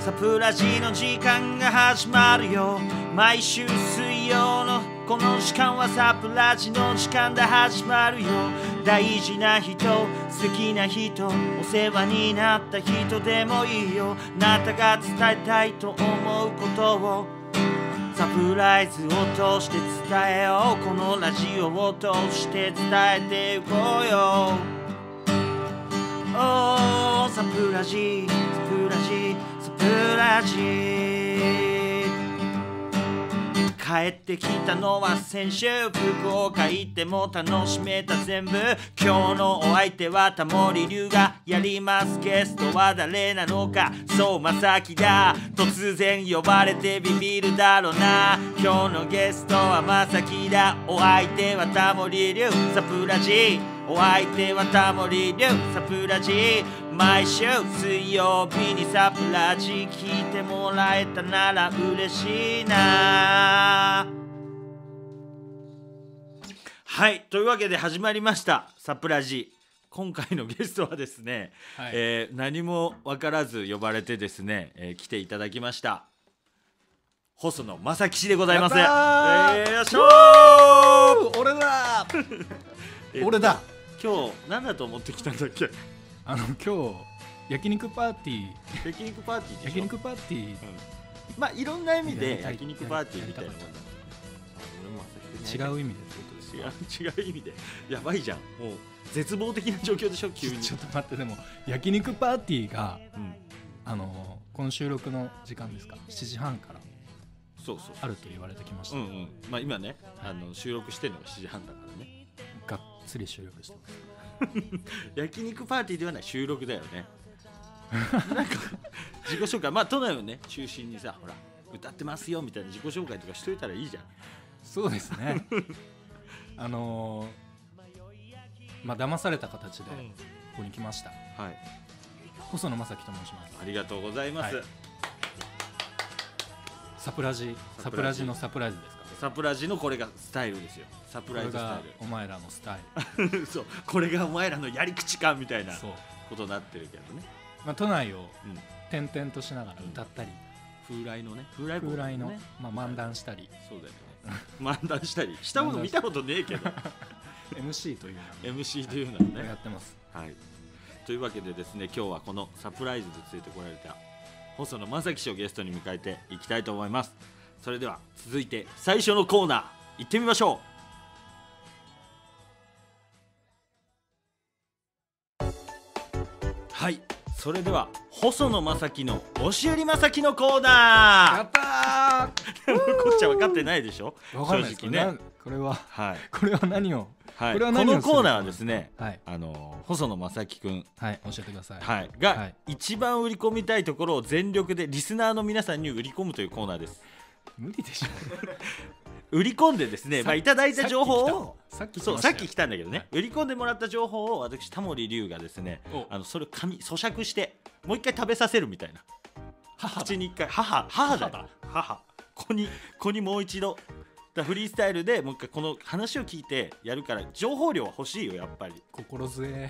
サプラジの時間が始まるよ毎週水曜のこの時間はサプラジの時間で始まるよ大事な人好きな人お世話になった人でもいいよあなたが伝えたいと思うことをサプライズを通して伝えようこのラジオを通して伝えていこうよおーサプラジサプラジサプラジ帰ってきたのは先週福岡行っても楽しめた全部今日のお相手はタモリ龍がやりますゲストは誰なのかそうまさきだ突然呼ばれてビビるだろうな今日のゲストはまさきだお相手はタモリ龍サプラジお相手はタモリ龍サプラジ毎週水曜日にサプラジ聞いてもらえたなら嬉しいなはいというわけで始まりましたサプラジ今回のゲストはですね、はいえー何も分からず呼ばれてですね、えー来ていただきました細野正吉でございます、えやったーー、よいしょー俺だえ俺だ今日何だと思ってきたんだっけ あの今日焼肉パーティー焼肉パーティーでしょ焼肉パーティまあいろんな意味やでりたい焼肉パーティーみたいなもんだねー違う意味でってことです違よ う違う意味でやばいじゃんもう絶望的な状況でしょ急にちょっと待ってでも焼肉パーティーがうん、あのこの収録の時間ですか7時半からそうそうあると言われてきましそた、ううんうんまあ今ねあの収録してるのが7時半だからねがっつり収録してます焼肉パーティーではない収録だよ ねなんか自己紹介まあ都内をね中心にさほら歌ってますよみたいな自己紹介とかしといたらいいじゃんそうですね あのまあ騙された形でここに来ました、はい細野正樹と申しますありがとうございます、はいサプラジササププララジジのサプライズですかサプラジのこれがスタイルですよサプこライれズスタがイルお前らのスタイそうこれがお前らのやり口かみたいルなそう、ことになってるけどね、まあ、都内をうん、転々としながら歌ったり風来のね風来風来のね、まあ、漫談したりそうだよね漫談したりしたもの見たことねえけど MC というのを MC というのはね、やってますはい、というわけでですね今日はこのサプライズについてこられた細野正樹氏をゲストに迎えていきたいと思いますそれでは続いて最初のコーナー行ってみましょうはいそれでは細野正樹の押し売り正樹のコーナーったー こっちは分かってないでしょわかんないです正直ねなこれははい、これは 何をはい、これはこ何をすのるコーナーはですねはいあの細野正樹君はい教えてくださいはい、はがい一番売り込みたいところを全力でリスナーの皆さんに売り込むというコーナーです無理でしょ売り込んでですね、さまあ、いただいた情報をさっき来たそうのささっっきき来たんだけどね、は売り込んでもらった情報を私タモリ龍がですねおあのそれを紙咀嚼してもう一回食べさせるみたいな口に一回母母だよ母だ母子に子にもう一度だフリースタイルでもう一回この話を聞いてやるから情報量は欲しいよやっぱり心強い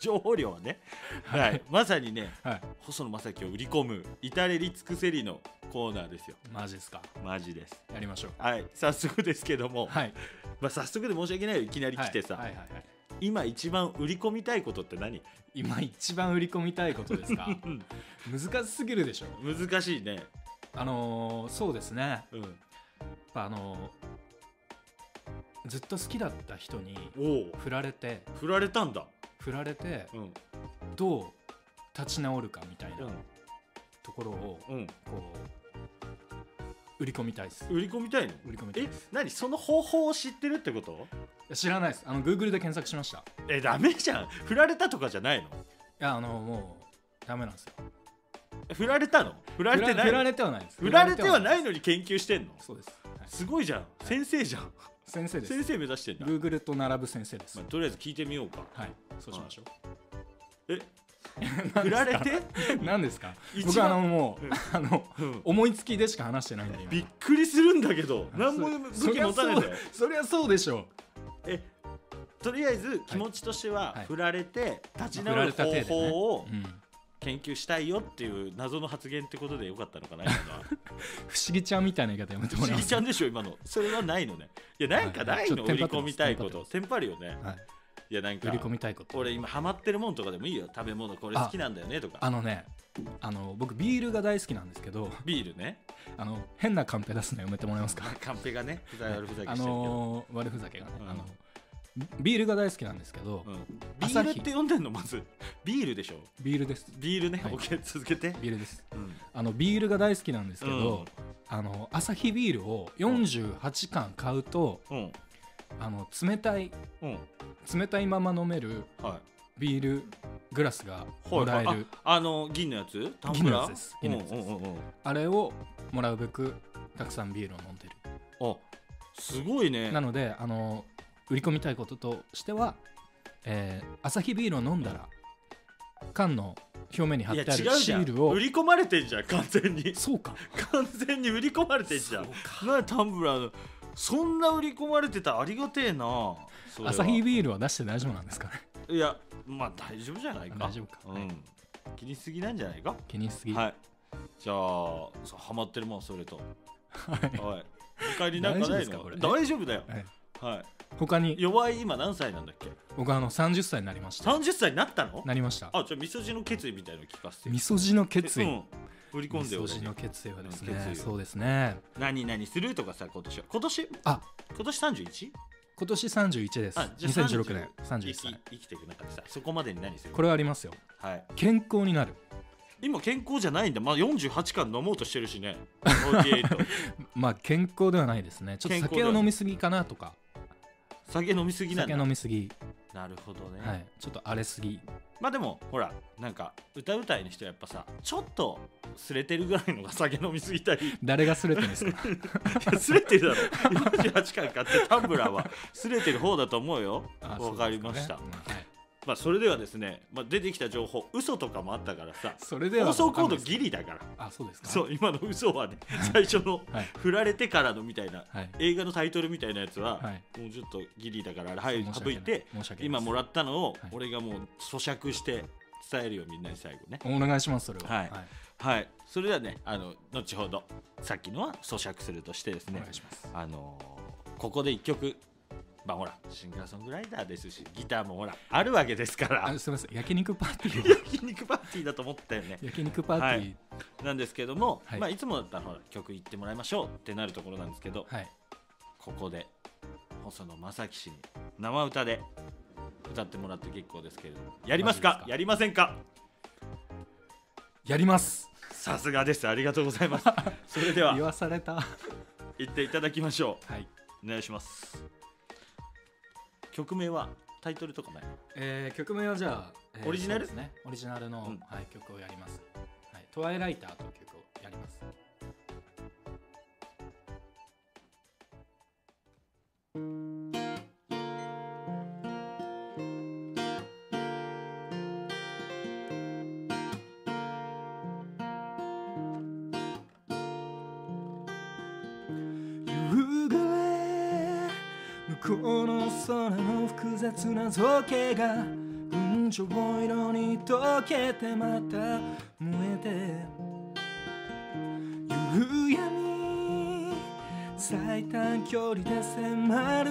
情報量はね、はい、まさにねはい細野正樹を売り込む至れり尽くせりのコーナーですよマジですかマジですやりましょうはい早速ですけども、はいまあ、早速で申し訳ないよいきなり来てさ、はいはいはいはい今一番売り込みたいことって何今一番売り込みたいことで すかん難しすぎるでしょ難しいねあのーそうですねうんやっぱあのーずっと好きだった人におお振られて振られたんだ振られてうんどう立ち直るかみたいなうところをんうんこう売り込みたいです売り込みたいの売り込みたいえです何その方法を知ってるってこといや知らないですあの Google で検索しましたいえダメじゃん振られたとかじゃないのやあのもうダメなんですよえ振られたの振られて振らない振らのれてはないです振られてはないいのに研究してんのそうです、はいすごいじゃん先生じゃん先生です先生目指してんだ、 Google と並ぶ先生です、まあ、とりあえず聞いてみようかはいそうしましょえう振られ て、何ですか一番僕あのもう、うんあのうん思いつきでしか話してないんで今びっくりするんだけど何も武器持たないでそりゃそうそりゃそうでしょえとりあえず気持ちとしてははい振られて立ちまあ振直らるれた手でね方法うを、うん研究したいよっていう謎の発言ってことでよかったのかな今 のは不思議ちゃんみたいな言い方やめて不も思らえま議すちゃんでしょ今のそれはないのねいやなんかないの、はい売ちりょっと込みたいこテンパとってまテンパるよね、はいいやなんか売り込みたいこと俺今ハマってるもんとかでもいいよ食べ物これ好きなんだよねとかあのねあの僕ビールが大好きなんですけど ビールねあの変なカンペ出すのやめてもらえますかカンペがねふざ悪ふざけしてるあけど、のー悪ふざけがね、うんあのビールが大好きなんですけど、うん、ビ朝ール日って呼んでんのまず ビールでしょビールですビールね、はいオッケー続けて、ビールですうん、あのビールが大好きなんですうけどん、あのアサヒビールを48缶買うと、うんあの冷たいうん冷たいまま飲めるはビールグラスがいはもいらえる、ああの銀のやつタンブラー銀のやつです銀のやつですうんうんうんうんあれをもらうべくたくさんビールを飲んでる、あすごいねなのであの売り込みたいこととしては、えー、アサヒビールを飲んだら缶の表面に貼っいてやある違シうじゃんールを売り込まれてんじゃん完全に そうか完全に売り込まれてんじゃんなんでタンブラーのそんな売り込まれてたありがてえなそれはアサヒビールは出して大丈夫なんですかねいやまあ大丈夫じゃないか大丈夫かうんはい気にしすぎなんじゃないか気にしすぎ、はいじゃあそうハマってるもんそれとはいはい他になんかないの大丈夫ですかこれ大丈夫だよはいは他いに弱い今何歳なんだっけ僕あの30歳になりました30歳になったのなりましたあじゃあみそじの決意みたいなの聞かせてみそじの決意、うん売り込みんでよそ俺じのに決意はですうんね決意をそうですね何何するとかさ今年は今年あ今年 31? 今年31ですあじゃあ2016年31生歳き生きていく中でさそこまでに何するこれはありますよはい、健康になる今健康じゃないんだ、まあ、48巻飲もうとしてる しね48まあ健康ではないですねちょっと健康で酒はを飲みすぎかなとか酒飲みすぎなん酒だ飲みすぎ、なるほどね、はい、ちょっと荒れすぎまあでもほらなんか歌うたいの人はやっぱさちょっとすれてるぐらいのが酒飲みすぎたりい誰がすれてるんです かやすれて るだろ48巻買ってタンブラーはすれてる方だと思うよあわかりました、そうですかねうんはいまあそれではですね、まあ、出てきた情報嘘とかもあったからさそれでは放送コードわかんないですギリだからあそうですかそう今の嘘はね最初のはい振られてからのみたいなはい映画のタイトルみたいなやつは、はいもうちょっとギリだからはい申し省訳いなて申し訳ない今もらったのをはい俺がもう咀嚼して伝えるよみんなに最後ねお願いしますそれははいはいそれではねあの後ほどさっきのは咀嚼するとしてですおね願いしますあのーここで一曲まあほらシンガーソングライターですしギターもほらあるわけですからあすみません焼肉パーティーを焼肉パーティーだと思ったよ ね焼肉パーティーなんですけども、はいまあいつもだったらほら曲言ってもらいましょうってなるところなんですけど、はいここで細野正樹氏に生歌で歌ってもらって結構ですけれどもやりますかマジですかやりませんかやりますさすがですありがとうござい ますそれで言はわされたは行っていただきましょい、うお願いします曲名はタイトルとかないえー、曲名はじゃあ、えーオリジナルそうですねオリジナルの、うんはい、曲をやります、はい、トワイライターという曲をやります夕暮れ向こうの空の複雑な造形が群青色に溶けてまた燃えて夕闇最短距離で迫る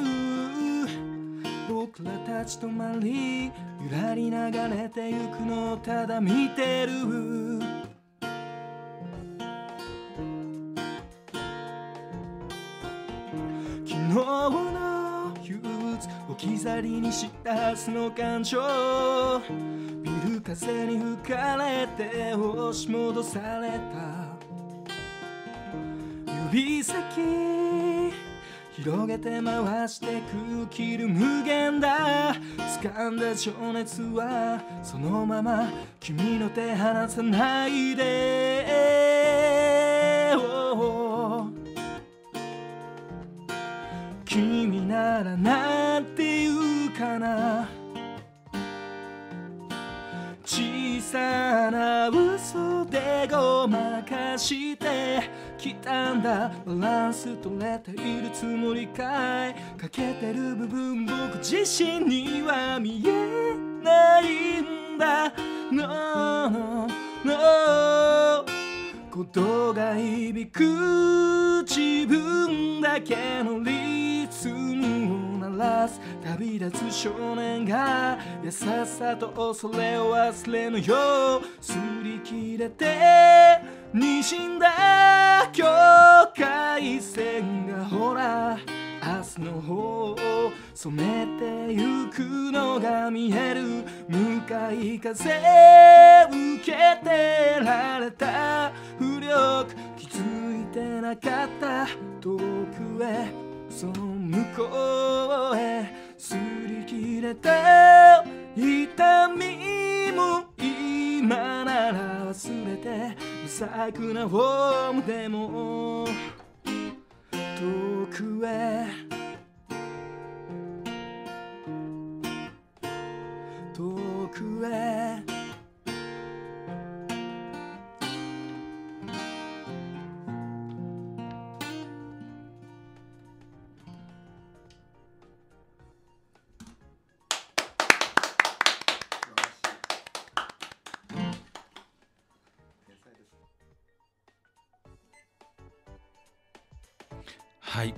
僕らたち止まりゆらり流れてゆくのをただ見てる昨日の憂鬱置き去りにしたはずの感情ビル風に吹かれて押し戻された指先広げて回して空気る無限だ掴んだ情熱はそのまま君の手離さないで、Oh 君ならなんて言うかな小さな嘘でごまかしてきたんだバランス取れているつもりかい欠けてる部分僕自身には見えないんだ No, no のことが響く自分だけのリズムを鳴らす旅立つ少年が優しさと恐れを忘れぬよう擦り切れて滲んだ境界線がほら明日の方を染めてゆくのが見える向かい風受けてられた浮力気づいてなかった遠くへその向こうへ擦り切れた痛みも今なら忘れて無作なフォームでも遠くへ遠くへはい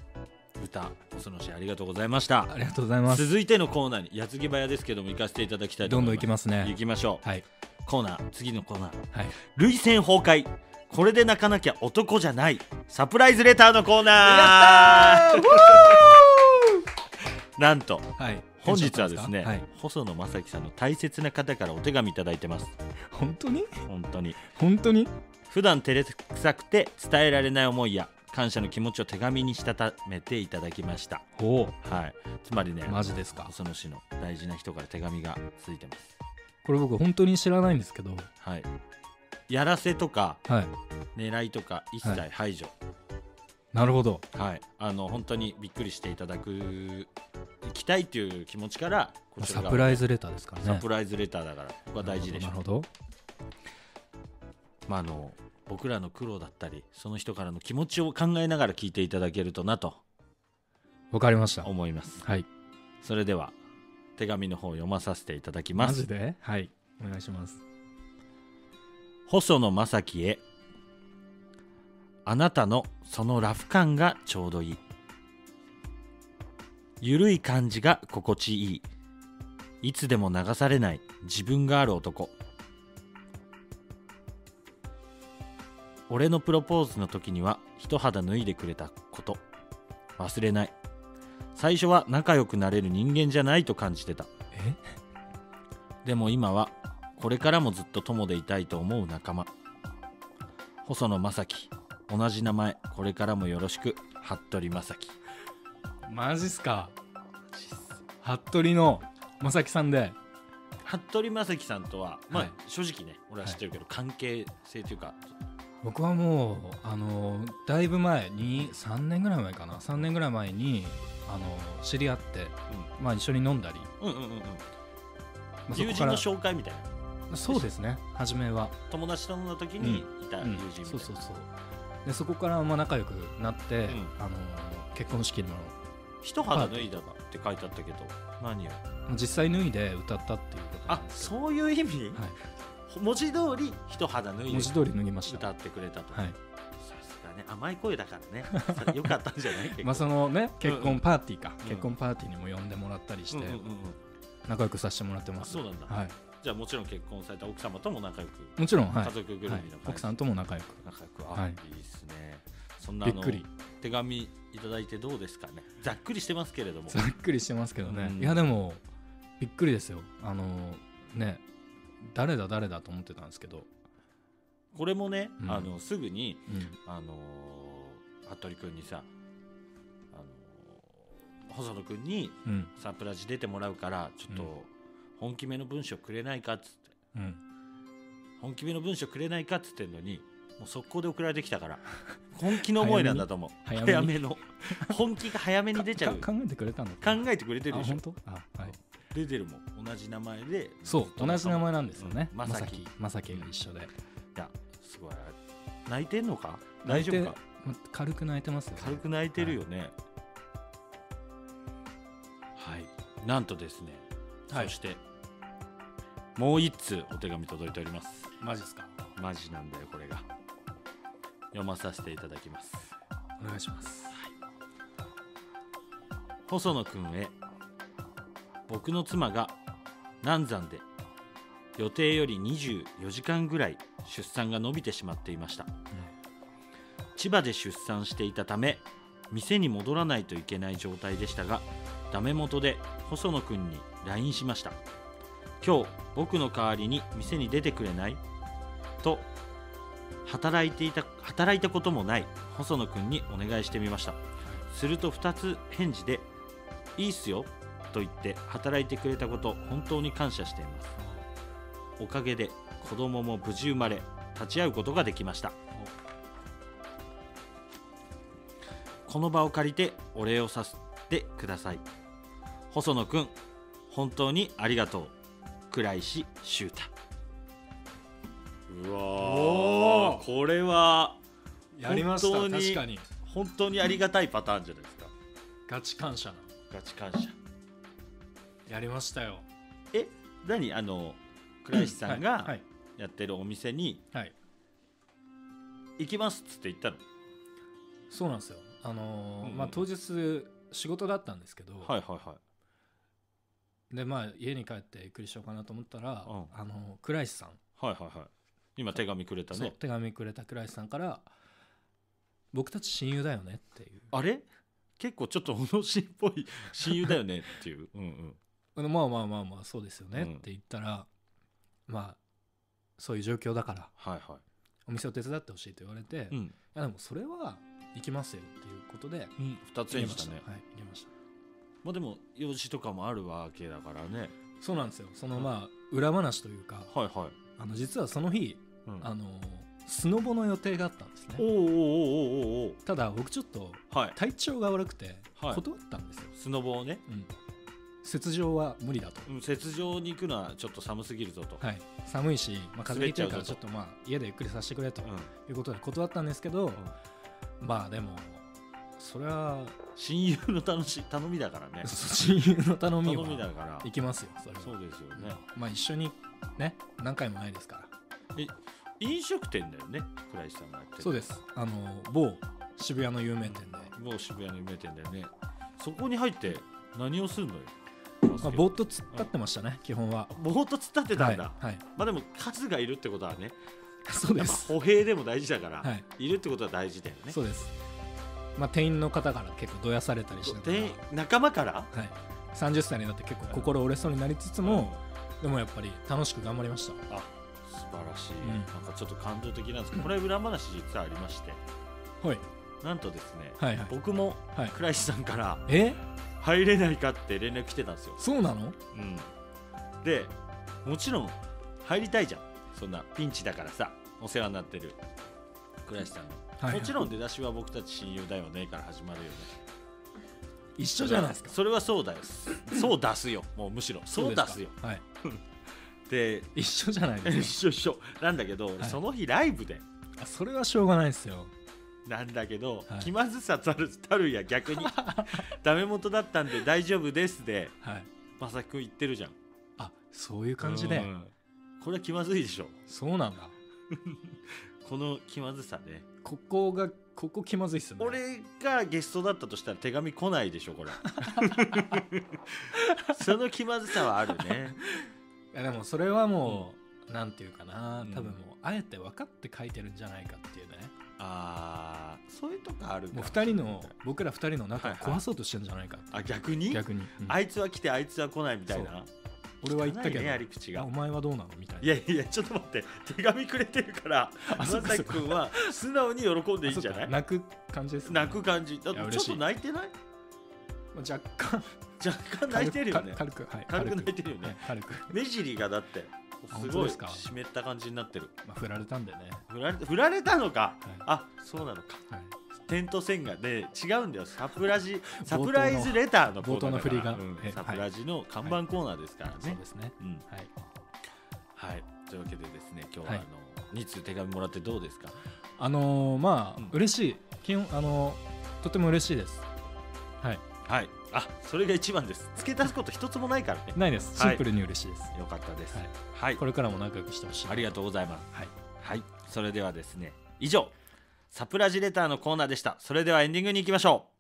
歌そのしありがとうございましたありがとうございます続いてのコーナーに矢継ぎ早ですけども行かせていただきたいとどん思どんいますいきます行ねきましょう、はいコーナー次のコーナーはい涙腺崩壊これで泣かなきゃ男じゃないサプライズレターのコーナーやったーなんとはい本日はですねはい細野正樹さんの大切な方からお手紙いただいてます本当に本当に本当に普段照れくさくて伝えられない思いや感謝の気持ちを手紙にしたためていただきましたおおはいつまりねマジですか細野氏の大事な人から手紙がついてますこれ僕本当に知らないんですけどはいやらせとかはい狙いとか一切排除、なるほどはい、あの本当にびっくりしていただく行きたいという気持ちからこちらサがプライズレターですからねサプライズレターだからここは大事でしょなるうほどまああの僕らの苦労だったりその人からの気持ちを考えながら聞いていただけるとなとわかりました思いますはいそれでは手紙の方を読まさせていただきまマすジではいお願いします細野正樹へあなたのそのラフ感がちょうどいいゆるい感じが心地いいいつでも流されない自分がある男俺のプロポーズの時には一肌脱いでくれたこと忘れない最初は仲良くなれる人間じゃないと感じてたえでも今はこれからもずっと友でいたいと思う仲間細野正樹同じ名前これからもよろしく服部正樹マジっすか服部の正樹さんで服部正樹さんとは、まあはい正直ね俺は知ってるけど、関係性というか僕はもうあのだいぶ前に3年ぐらい前かな3年ぐらい前にあの知り合って、まあ、一緒に飲んだり、うんうんうんうんまあ、そ友こ人かのら紹介みたいなそうですね初めは、友達との時にいたう友ん人みたいな、そうそうそうでそこからまあ仲良くなって、んあの結婚式にも一肌脱いだなって書いてあったけど何よ実際脱いで歌ったっていうことあそういう意味、は文字通り一肌脱い文で字通り脱ぎました歌ってくれたと、はいさすがね甘い声だからねさよかったんじゃ ない結構まあそのね結婚パーティーか、うん結婚パーティーにも呼んでもらったりしてうんうんうんうん仲良くさせてもらってまあす、そうなんだ、はい、じゃあもちろん結婚された奥様とも仲良く、もちろん、はい家族ぐるみのはい感じ、奥さんとも仲良く仲良くあ、はいい、いですねそんなあびっのくり手紙いただいてどうですかねざっくりしてますけれ どもざっくりしてますけどね、うんいやでもびっくりですよあのね誰だ誰だと思ってたんですけど、これもね、うんあのすぐに、うんあのー服部君にさ、あのー細野君にうんサプライズ出てもらうからちょっうと本気めの文章くれないかっつってうん、本気めの文章くれないかっつってんのにもう速攻で送られてきたから本気の思いなんだと思う早早めめにの 本気が早めに出ちゃうか考えてくれたの考えてくれてるでしあょ本当あ、はい、出てるもん同じ名前でそう同じ名前なんですよねうんままささききまさきが一緒で、いやすごい泣いてんのか大丈夫かま軽く泣いてますよ、ね、軽く泣いてるよねはい、なんとですね、はいそしてもう一通お手紙届いておりますマジですかマジなんだよこれが読まさせていただきますお願いします細野君へ僕の妻が難産で予定より24時間ぐらい出産が伸びてしまっていました、千葉で出産していたため店に戻らないといけない状態でしたがダメ元で細野君に LINE しました今日僕の代わりに店に出てくれないと働いていた働いたこともない細野君にお願いしてみましたすると2つ返事で「いいっすよ」と言って働いてくれたこと本当に感謝していますおかげで子供も無事生まれ立ち会うことができましたこの場を借りてお礼をさせてください細野くん本当にありがとう倉石修太うおーこれはやりました本当に確かに本当にありがたいパターンじゃないですかガチ感謝なガチ感謝やりましたよえ何あの倉石さんはいはがいやってるお店にはい行きますっつって言ったの、そうなんですよあのーうんまあ当日仕事だったんですけど、はいはいはいでまあ家に帰ってゆっくりしようかなと思ったら、うんあの倉石さん、はいはいはい今手紙くれたそうね手紙くれた倉石さんから「僕たち親友だよね」っていうあれ結構ちょっと小野氏っぽい親友だよねっていう うんうんあのまあまあまあまあそうですよねうんって言ったら、まあそういう状況だからはいはお店を手伝ってほしいと言われて、い、ういんやでもそれは行きますよっていうことでうん、2つ行演じきまたしたねはい行きましたまあでも用事とかもあるわけだからねそうなんですよそのうんまあ裏話というかはいはい、あの実はその日うん、あのスノボの予定があったんですおーおねーおーおーおーただ僕ちょっとおーはい体調が悪くてはい断ったんですよ、スノボをねうん雪上は無理だと、うん雪上に行くのはちょっと寒すぎるぞと、はい、寒いし、まあ、風邪ひいてるから滑っちちゃょうっぞとまあ家でゆっくりさせてくれとうん、いうことで断ったんですけど、まあでもそれは親友の頼し頼みだからね親友の頼み頼みだはから行きますよそれはそうですよね、まあ一緒にね何回もないですから飲食店だよね倉石さんがやってるそうですあの某渋谷の有名店で、某渋谷の有名店だよねそこに入って何をすんのよ、まあ、ぼーっと突っ立ってましたね、基本はぼーっと突っ立ってたんだ、はい、はい、まあでも数がいるってことはねそうやでっぱす歩兵でも大事だから、はいい、るってことは大事だよねそうです。まあ、店員の方から結構どやされたりしながら、はで仲間からい、30歳になって結構心折れそうになりつつも、でもやっぱり楽しく頑張りました。あ素晴らしい、うんなんかちょっと感動的なんですけどこれ裏話実はありましてはい、なんとですね、はい、はい。僕もはい、倉石さんからえ入れないかって連絡来てたんですよそうなのうん、でもちろん入りたいじゃんそんなピンチだからさお世話になってる倉石さんの、はいはいもちろん出だしは僕たち親友だよねから始まるよね一緒じゃないですか。それはそうだよ そう出すよもうむしろそう出すよか。はい。で一緒じゃ ないで一 す緒一緒なんだけど、いその日ライブでか。あそれはしょうがないですよ。なんだけど、はい気まずさたるたるや逆 にダメ元だったんで大丈夫ですではい。まさきくん言ってるじゃんあ、そういう感じでう。んこれは気まずいでしょそうなんだ。この気まずさねここが、ここ気まずいっすね。俺がゲストだったとしたら手紙来ないでしょこ れその気まずさはあるねいやでもそれはもう、なんていうかな、うん多分もう、あえて分かって書いてるんじゃないかっていうね。あーそういうとこあるかもう2人の、僕ら2人の仲をはいはい壊そうとしてんじゃないかっていうあ逆に逆に、うんあいつは来てあいつは来ないみたいな俺は言ったけ汚ど、いねやり口がお前はどうなのみたいないやいやちょっと待って手紙くれてるからあそっまかさそきっかくんは素直に喜んでいいんじゃあそなっいか泣く感じですね泣く感じだっいやて嬉しいちょっと泣いてないまあ若干若干泣いてるよね軽く軽くはい軽く泣いてるよねはい軽く、目尻がだってあす本当ごいですか湿った感じになってるまあ、振られたんでね、振られ振られたのかはいあそうなのかはい点と線がで違うんだよサプラ ジサプライズレターのコーナーだから冒頭の振りがうんえサプラジの看板コーナーですからそうねですねうんはいはいというわけでですね今日ははあいの2通手紙もらってどうですかあのーまあ、うん嬉しい基本あのーとても嬉しいですはいはいあそれが一番です付け足すこと一つもないからねないですシンプルに嬉しいです、よかったですはいはいこれからも仲良くしてほしいありがとうございますはいはいそれではですね以上サプラジレターのコーナーでしたそれではエンディングに行きましょう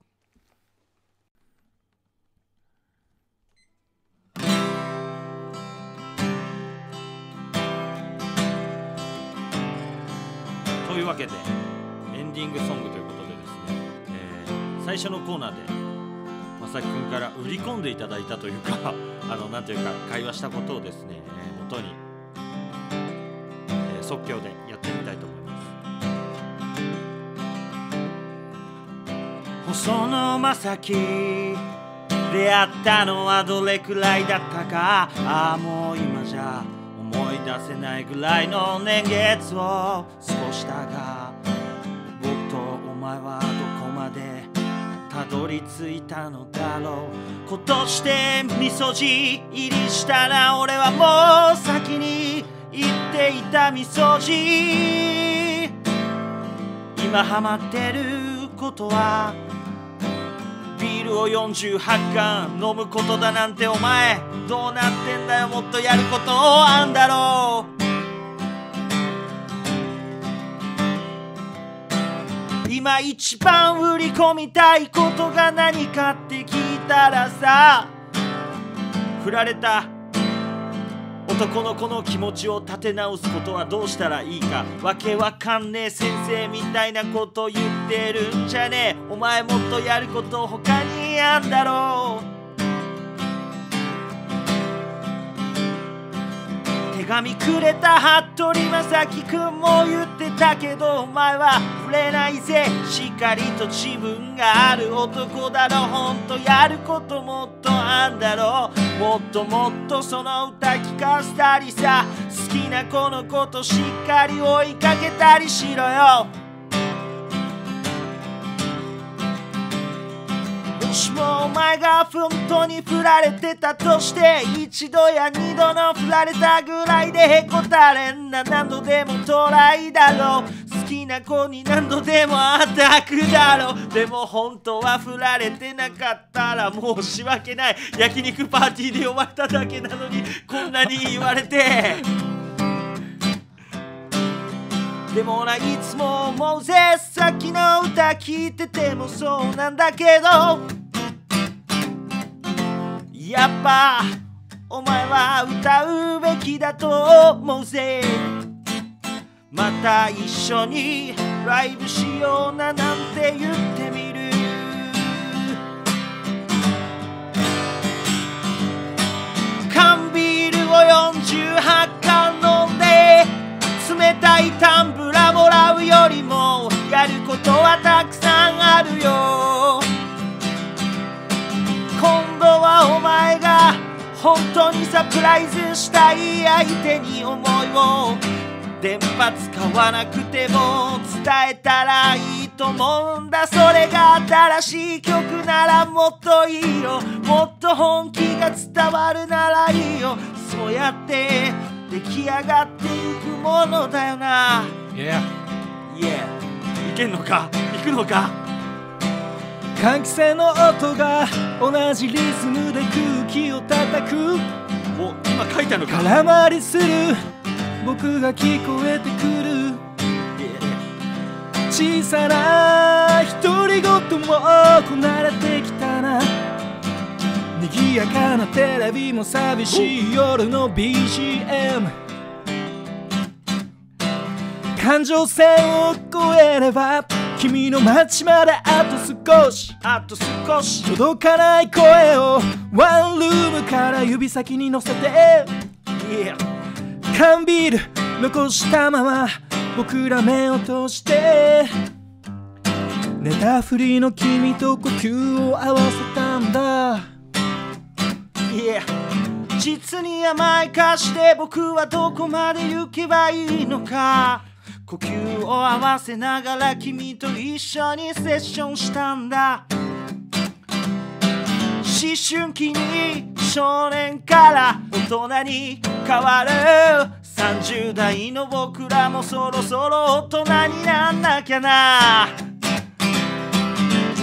というわけでエンディングソングということでですね、えー最初のコーナーでまさきくんから売り込んでいただいたというか あのなんというか会話したことをですね、えー元に、えー即興でやってみたいと思います細野正樹出会ったのはどれくらいだったかああもう今じゃ思い出せないぐらいの年月を過ごしたが僕とお前はどこまでたどり着いたのだろう今年でみそじ入りしたら俺はもう先に行っていたみそじ今ハマってることはビールを48缶飲むことだなんてお前どうなってんだよもっとやることあんだろう今一番売り込みたいことが何かって聞いたらさ振られた男の子の気持ちを立て直すことはどうしたらいいかわけわかんねえ先生みたいなこと言ってるんじゃねえお前もっとやること他にあんだろう手紙くれた服部正樹くんも言ってたけどお前は触れないぜしっかりと自分がある男だろほんとやることもっとあんだろもっともっとその歌聞かせたりさ好きな子のことしっかり追いかけたりしろよもしもお前が本当に振られてたとして一度や二度の振られたぐらいでへこたれんな何度でもトライだろう好きな子に何度でもアタックだろうでも本当は振られてなかったら申し訳ない焼肉パーティーで呼ばれただけなのにこんなに言われてでもないつも思うぜさっきの歌聞いててもそうなんだけどやっぱお前は歌うべきだと思うぜまた一緒にライブしようななんて言ってみる缶ビールを48缶飲んで冷たいタンブラもらうよりもやることはたくさんあるよ今度はお前が本当にサプライズしたい相手に思いを電波使わなくても伝えたらいいと思うんだそれが新しい曲ならもっといいよもっと本気が伝わるならいいよそうやって出来上がっていくものだよな Yeah いえいけんのか行くのか換気扇の音が同じリズムで空気を叩くお今書いたのか空回りする僕が聞こえてくるいやいや小さな独り言もこなれてきたな賑やかなテレビも寂しい夜の BGM 感情線を越えれば君の街まであと少しあと少し届かない声をワンルームから指先に乗せいてや缶ビール残したまま僕ら目を通して寝たふりの君と呼吸を合わせたんだいや実に甘い歌詞で僕はどこまで行けばいいのか呼吸を合わせながら君と一緒にセッションしたんだ思春期に少年から大人に変わる30代の僕らもそろそろ大人になんなきゃな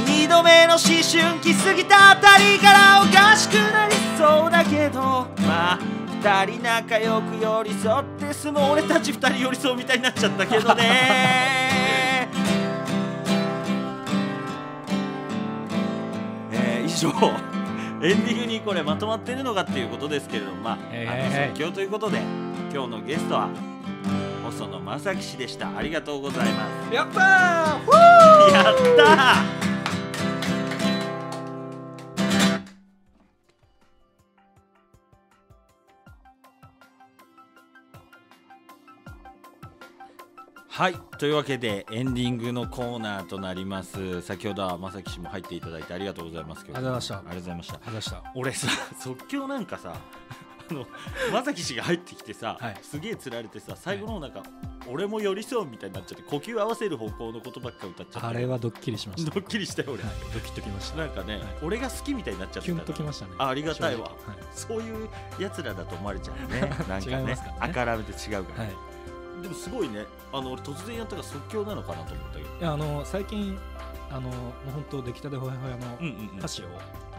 二度目の思春期過ぎたあたりからおかしくなりそうだけどまあ二人仲良く寄り添って住む俺たち二人寄り添うみたいになっちゃったけどねえー以上エンディングにこれまとまってるのかっていうことですけれどもまあはいはいはいあの即興ということで今日のゲストは細野正樹氏でしたありがとうございますやったーふうやったーはいというわけでエンディングのコーナーとなります先ほどは正樹氏も入っていただいてありがとうございますけどありがとうございましたありがとうございました話した俺さ即興なんかさあの正樹氏が入ってきてさ、はいすげえつられてさ最後の方なんか、俺も寄り添うみたいになっちゃって呼吸合わせる方向のことばっか歌っちゃってあれはドッキリしました ドッキリしたよ俺、はいドキッときましたなんかね、俺が好きみたいになっちゃってキたかュンらときましたねあありがたいわ正そういうやつらだと思われちゃう ねなんかね違いますからねあからめて違うか直ら、はい、はいでもすごいねあの俺突然やったから即興なのかなと思ったけどいやあの最近あのもう本当出来たてほやほやのうんうんうん歌詞を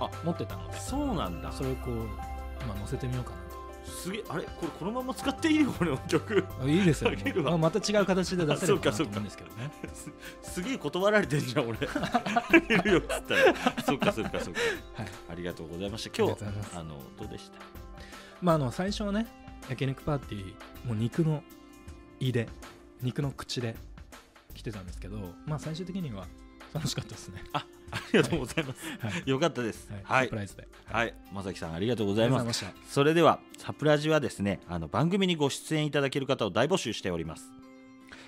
あ持ってたので、そうなんだそれをこう今載せてみようかなすげえあれこれこのまま使っていいよこの曲 といいですよ、あねげるわまあ、また違う形で出せるかあなそとうかそうか思うんですけどねすすげえ断られてんじゃん俺あげるよっつったらそっかそっかそっかはいありがとうございましたあり今が日とうございますあのどうでした まああの最初はね焼肉パーティーもう肉の胃で肉の口で来てたんですけどまあ最終的には楽しかったですねありがとうございます、はいよかったですは、はいいサプライズではい、正樹さんありがとうごあざいますりがとうございましそれではサプラジはですねあの番組にご出演いただける方を大募集しております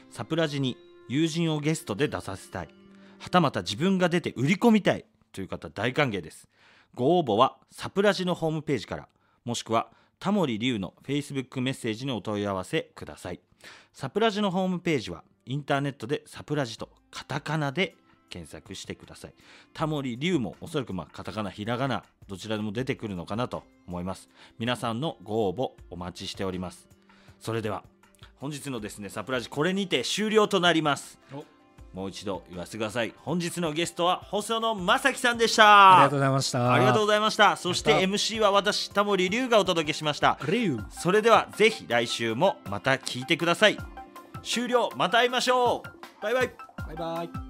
サプラジに友人をゲストで出させたいはたまた自分が出て売り込みたいという方大歓迎ですご応募はサプラジのホームページからもしくはタモリリュウの Facebook メッセージにお問い合わせくださいサプラジのホームページはインターネットでサプラジとカタカナで検索してくださいタモリリュウもおそらくまあカタカナひらがなどちらでも出てくるのかなと思います皆さんのご応募お待ちしておりますそれでは本日のですねサプラジこれにて終了となりますたおもう一度言わせてください本日のゲストは細野正樹さんでしたありがとうございましたありがとうございましたそしてやった MC は私タモリリュウがお届けしましたレイウそれではぜひ来週もまた聞いてください終了また会いましょうバイバイバイバイ